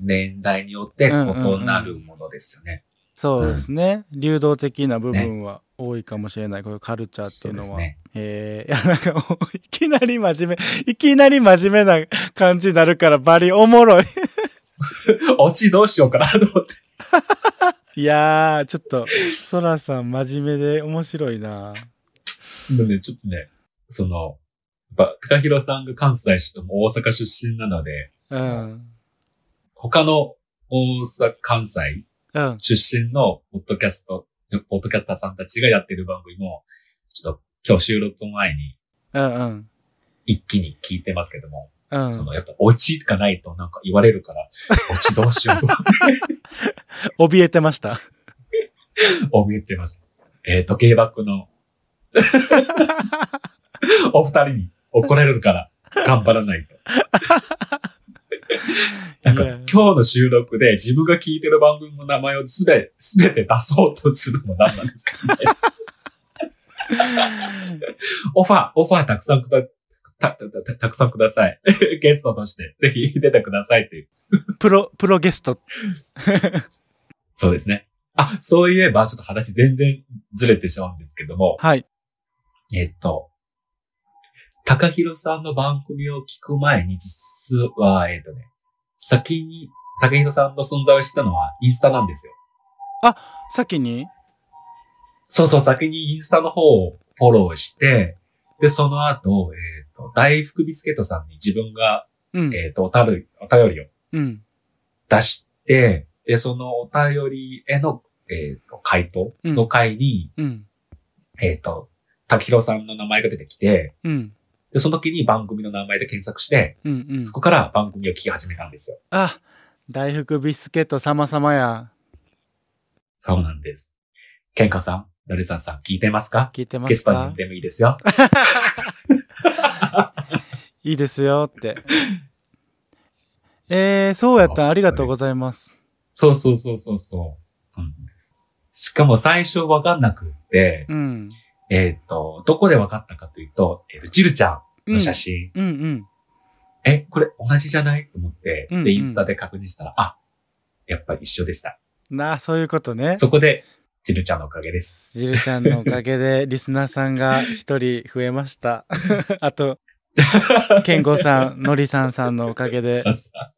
年代によって異なるものですよね。
そうですね。流動的な部分は多いかもしれない。こういうカルチャーっていうの
そう
は。
ですね
えー、いや、なんかもう、いきなり真面目、いきなり真面目な感じになるから、バリおもろい。
オチどうしようかなと思って。
いやー、ちょっと、ソラさん真面目で面白いな
でもね、ちょっとね、その、やっぱ、高弘さんが関西出、大阪出身なので、
うん。
他の大阪、関西
うん。
出身のポッドキャスト、ポッドキャスターさんたちがやってる番組も、ちょっと今日収録前に
うんうん。
一気に聞いてますけども、
う
そ
ん。
のやっぱオチがないとなんか言われ るから、オチどうしよう。
怯えてました。
怯えてます。えー、時計バックのお二人に怒られるから、頑張らないと。なんか、
いや
今日の収録で自分が聞いてる番組の名前をすべ、すべて出そうとするのも何なんですか ね。オファー、オファーたくさんくだ、た、た、た、たくさんください。 ゲストとして、ぜひ出てくださいっていう。
プロ、プロゲスト。
そうですね。あ、そういえば、ちょっと話全然ずれてしまうんですけども、
はい。
えっと、高弘さんの番組を聞く前に、実は、えっとね、先に、高弘さんの存在を知ったのはインスタなんですよ。
先に
そうそう、先にインスタの方をフォローして、で、その後、えっ、と、大福ビスケットさんに自分が、
うん。
えっ、と、おたる、お便りを
うん。
出して、で、そのお便りへの、えっ、と、回答の回に、
うん。
えっ、と、たきひろさんの名前が出てきて、
うん。
で、その時に番組の名前で検索して、
うん。うん
そ。こから番組を聞き始めたんですよ。
あ、大福ビスケット様様や。
そうなんです。ケンカさん、ダルさんさん聞いてますか
聞いてま
ゲス
す
トに呼
か
んでもいいですよ。
いいですよって。えー、そうやったんありがとうございます。
そうそうそうそうそう。うんです。しかも最初わかんなくって、
うん。
えっ、と、どこでわかったかというと、えーとジルちゃ
う
ん
ん
の写真、
うんうん。
え、これ同じじゃないと思って、
うんうん
で、インスタで確認したら、あ、やっぱり一緒でした。
なあ、そういうことね。
そこで、ジルちゃんのおかげです。
ジルちゃんのおかげで、リスナーさん が一人増えました。あと、ケンゴさん、ノリさんさんのおかげで
さ、すが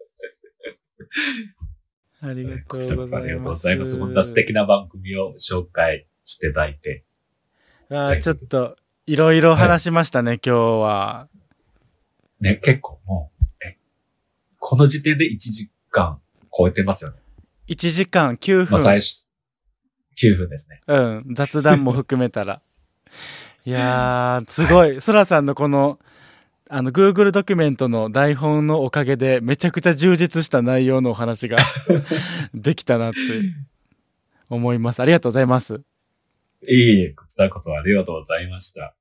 ありがと
こ
う
ちら
ご
こそあ
ざい
りがとうご
ま。
ざいますす。こんな素敵な番組を紹介していただいて。
あーちょっと、いろいろ話しましたね、今日は。
ね、結構もう、え、この時点で1時間超えてますよね。
1時間9
まあ、最
分。
初、9分ですね。
うん、雑談も含めたら。 いやー、すごい。ソラさんのこの、あの、Google ドキュメントの台本のおかげで、めちゃくちゃ充実した内容のお話が できたなって思います。ありがとうございます。
いえいえ、こちらこそありがとうございました。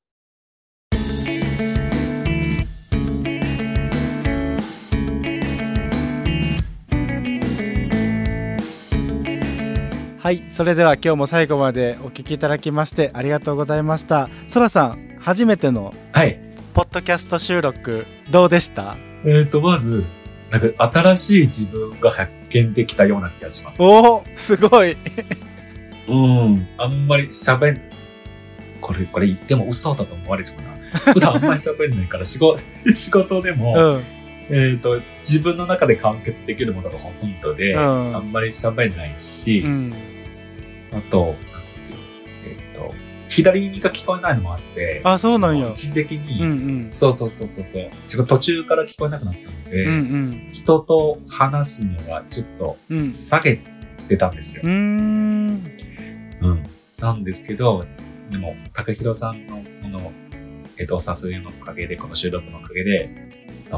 はい、それでは今日も最後までお聞きいただきましてありがとうございました。そらさん、初めての
はい。
ポッドキャスト収録どうでした？
えっ、と、まず、なんか新しい自分が発見できたような気がします。
おお、すごい。
うん。あんまり喋ん、これ、これ言っても嘘だと思われちゃうな。普段あんまり喋んないから、仕事、 仕事で
う
も、
ん、
えっと、自分の中で完結できるものがほとんどで、
うん
あんまり喋んないし、
うん、
あと、なんていうのえっ、と、左耳が聞こえないのもあって、
あそうなんや
その一時的に、
うん、うん、
そうそうそうそうそう。ちょっと途中から聞こえなくなったので、
うん、
人と話すのはちょっと
うん、うん、
下げてたんですよ
う。ん、
うん。なんですけど、でも、高弘さんのこの、えっと、お誘いのおかげで、この収録のおかげで、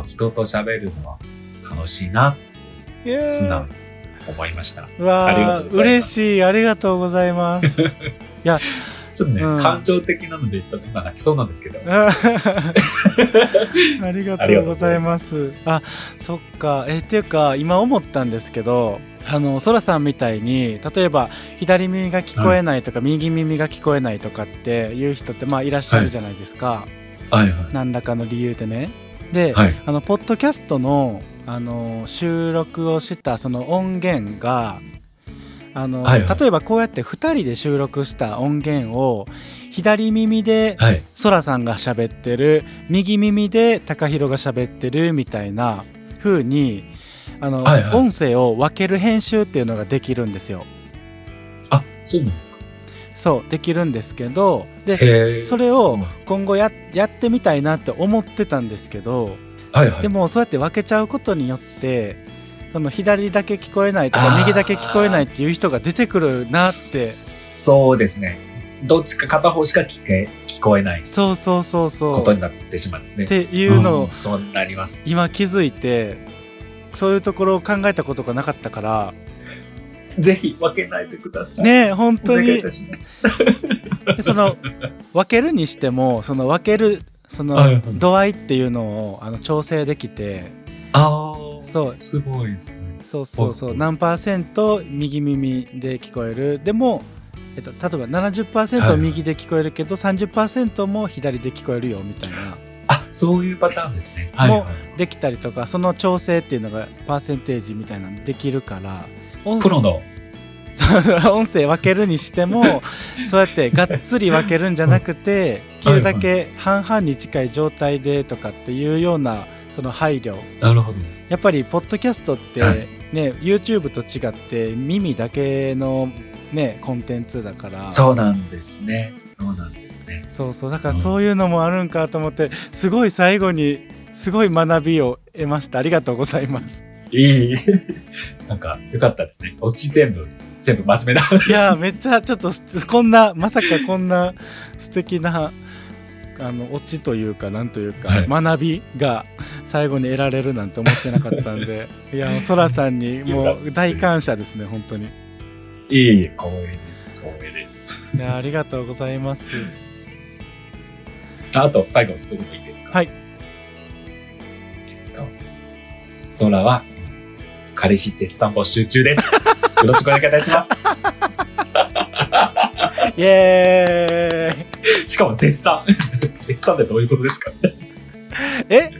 人と喋るのは楽しいな、
いや
素直
ー
に思いました。
うわ
ありがとう
ー
ございます
嬉しいありがとうございます
ちょっとね、
うん
感情的なので、ちょっと今泣きそうなんですけど、
あ りがとうございますあそっかえっていうか今思ったんですけどあのそらさんみたいに例えば左耳が聞こえないとか、右耳が聞こえないとかっていう人ってまあいらっしゃるじゃないですか、
はいは
何らかの理由でねで、
はい。
あのポッドキャストのあの収録をしたその音源があの、
はいはい
例えばこうやって2人で収録した音源を左耳で
はい。
ソラさんが喋ってる右耳で高弘が喋ってるみたいな風にあの、
はいはい
音声を分ける編集っていうのができるんですよ。
あ、そうなんですか。
そうできるんですけどで
へー
それを、今後ややってみたいなって思ってたんですけど
はいはい。
でもそうやって分けちゃうことによってその左だけ聞こえないとか
あー
右だけ聞こえないっていう人が出てくるなって
そうですね。どっちか片方しか聞け、聞こえない
そうそうそうそ
こ
う
と
っ
になってしまうんですね。
ていうのを
んそうなります。
今気づいてそういうところを考えたことがなかったから
ぜひ分けないでください。
ねえ本
お
当
願いい
に
たします。
でその分けるにしてもその分けるそ
はいは
の
い
度合いっていうのをあの調整できて
ああ。
そう
すごいですね。
そうそうそう
はい
何パーセント右耳で聞こえるでも、えっと、例えば
はいは
70%
い
右で聞こえるけど、30%も左で聞こえるよみたいな
あ、そういうパターンですね。はい、
もう
はい。
できたりとかその調整っていうのがパーセンテージみたいなのできるから音
プロの。
音声分けるにしても そうやってがっつり分けるんじゃなくてできるだけ半々に近い状態でとかっていうようなその配慮
なるほど。
やっぱりポッドキャストって、
は
ね
い
YouTube と違って耳だけの、ね、コンテンツだから
そうなんですね。そうなんですね。
そうそうだから
うん
そういうのもあるんかと思ってすごい最後にすごい学びを得ましたありがとうござい ます
いい。なんか、よかったですね。オチ全部、全部真面目な話。
いやーめっちゃちょっとすこんなまさかこんな素敵なあのオチというかなんというか、
はい
学びが最後に得られるなんて思ってなかったん でいやもうソラさんにもう大感謝ですね本当に
いい、光栄です。光栄です。
いやーありがとうございます
ああと、最後、一言いいですか
はい。
えっと、空は、彼氏絶賛募集中 です。よろしくお願いいたしま
イエーイ
す。しかも、絶賛。 絶賛ってどういうことですか
え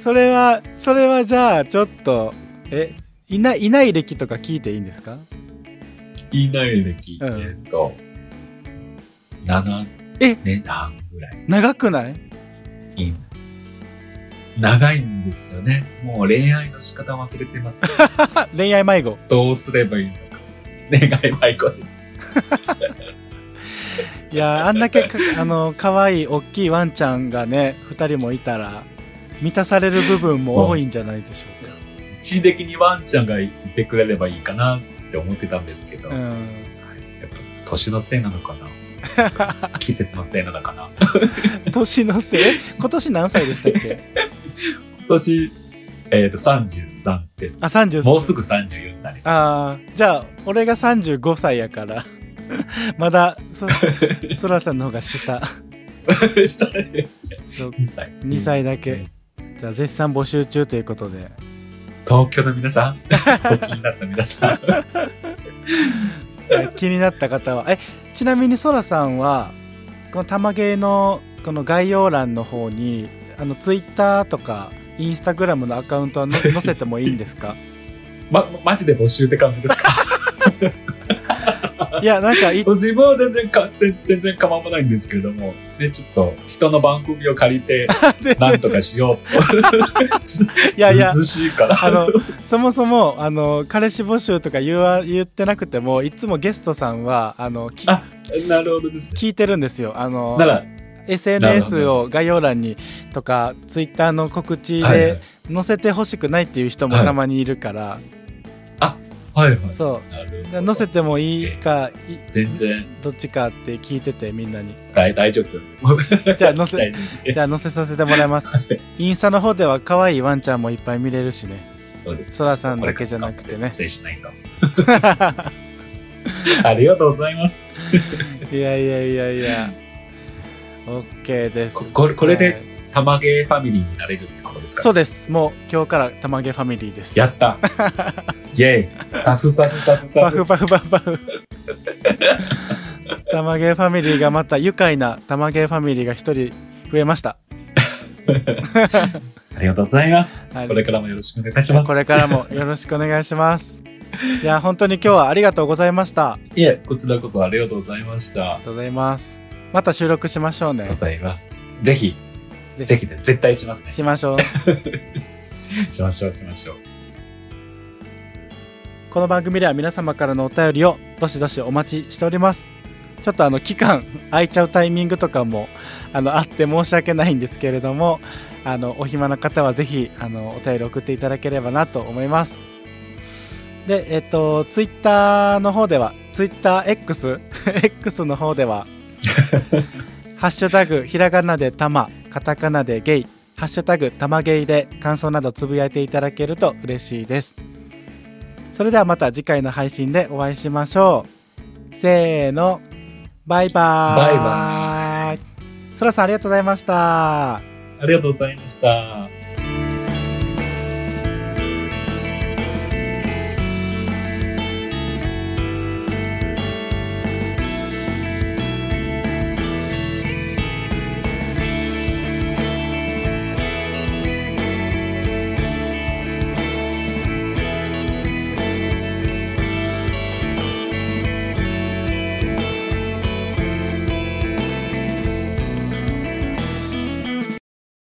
それはそれはじゃあちょっとえいないいない歴とか聞いていいんですか
いない歴、
うん
えっと、7
え
年半ぐらい。
長くない
長いんですよね。もう恋愛の仕方忘れてます。
あ恋愛迷子
どうすればいいのか。恋愛迷子です。
いやーあんだけか あの可愛い大きいワンちゃんがね2人もいたら満たされる部分も多いんじゃないでしょうか
一時的にワンちゃんがいてくれればいいかなって思ってたんですけど、
う
やっ
ん
ぱ年のせいなのかな 季節のせいなのかな
年のせい今年何歳でしたっけ
今年、えっ、と、33です。
あ三30
もうすぐ34になり
あ
ま
ーじゃあ俺が35歳やから まだそそらさんの方が下
す。下ですね。
そう
2歳。
2歳だけじゃあ絶賛募集中ということで
東京の皆さん、お気になった皆さん。
はい 気になった方はえちなみにそらさんはこの玉芸のこの概要欄の方にあのツイッターとかインスタグラムのアカウン トはの載せてもいいんですか
ま、マジで募集って感じですか
いやなんかい
自分は全然か、全全然構わないんですけれども、ね、ちょっと人の番組を借りて、 なんとかしようと。ず
いやいや
ずうずうしいから。
あのそもそもあの彼氏募集とか言わ言ってなくてもいつもゲストさんはあのき
あ なるほどですね。
聞いてるんですよあの
なら、なるほ
SNS
ど
を概要欄にとかツイッターの告知
はい
で載せてほしくないっていう人もたまにいるから、
はいはい。
そう
なるほ
載
ど
せてもいいか、い
全然
どっちかって聞いててみんな に
大大丈 夫です。
じゃあ載せ
大丈
じゃあ載せさせてもらいますインスタの方では可愛いワンちゃんもいっぱい見れるしね
夫。そうです。
そらさんだけじゃなくてね
ちょっとこれから撮影しないと。 ありがとうございます。
いやいやいやいや OK です
ここれこれで
はい
玉芸ファミリーになれるってことですか
そうですもう今日から玉毛ファミリーです
やった。イェイ。パフパフパフ
パ
パ
フ
フ。
パフパフパ フ玉毛ファミリーがまた愉快な玉毛ファミリーが一人増えました
ありがとうございます。
はい
これからもよろしくお願いします。
これからもよろしくお願いします。いや、本当に今日はありがとうございました。あり
いえ、こちらこそありがとうございました。あ
がとうございます。また収録しましょう
りが
ね
とうご。ざいます。ぜひ、
ぜひ
ぜひで、絶対しますね。
しましょう。
しましょう、しましょう。
この番組では皆様からのお便りをどしどしお待ちしております。ちょっとあの期間空いちゃうタイミングとかもあのあって申し訳ないんですけれども、あのお暇な方はぜひあのお便り送っていただければなと思います。で、えっと、ツイッターの方では、ツイッター X、X の方で は、ハッシュタグ、ひらがなでたま、カタカナでゲイ、ハッシュタグ、たまゲイで感想などつぶやいていただけると嬉しいです。それではまた次回の配信でお会いしましょう。せーの。バイバーイ。
バイバ
イ。そらさんありがとうございました。
ありがとうございました。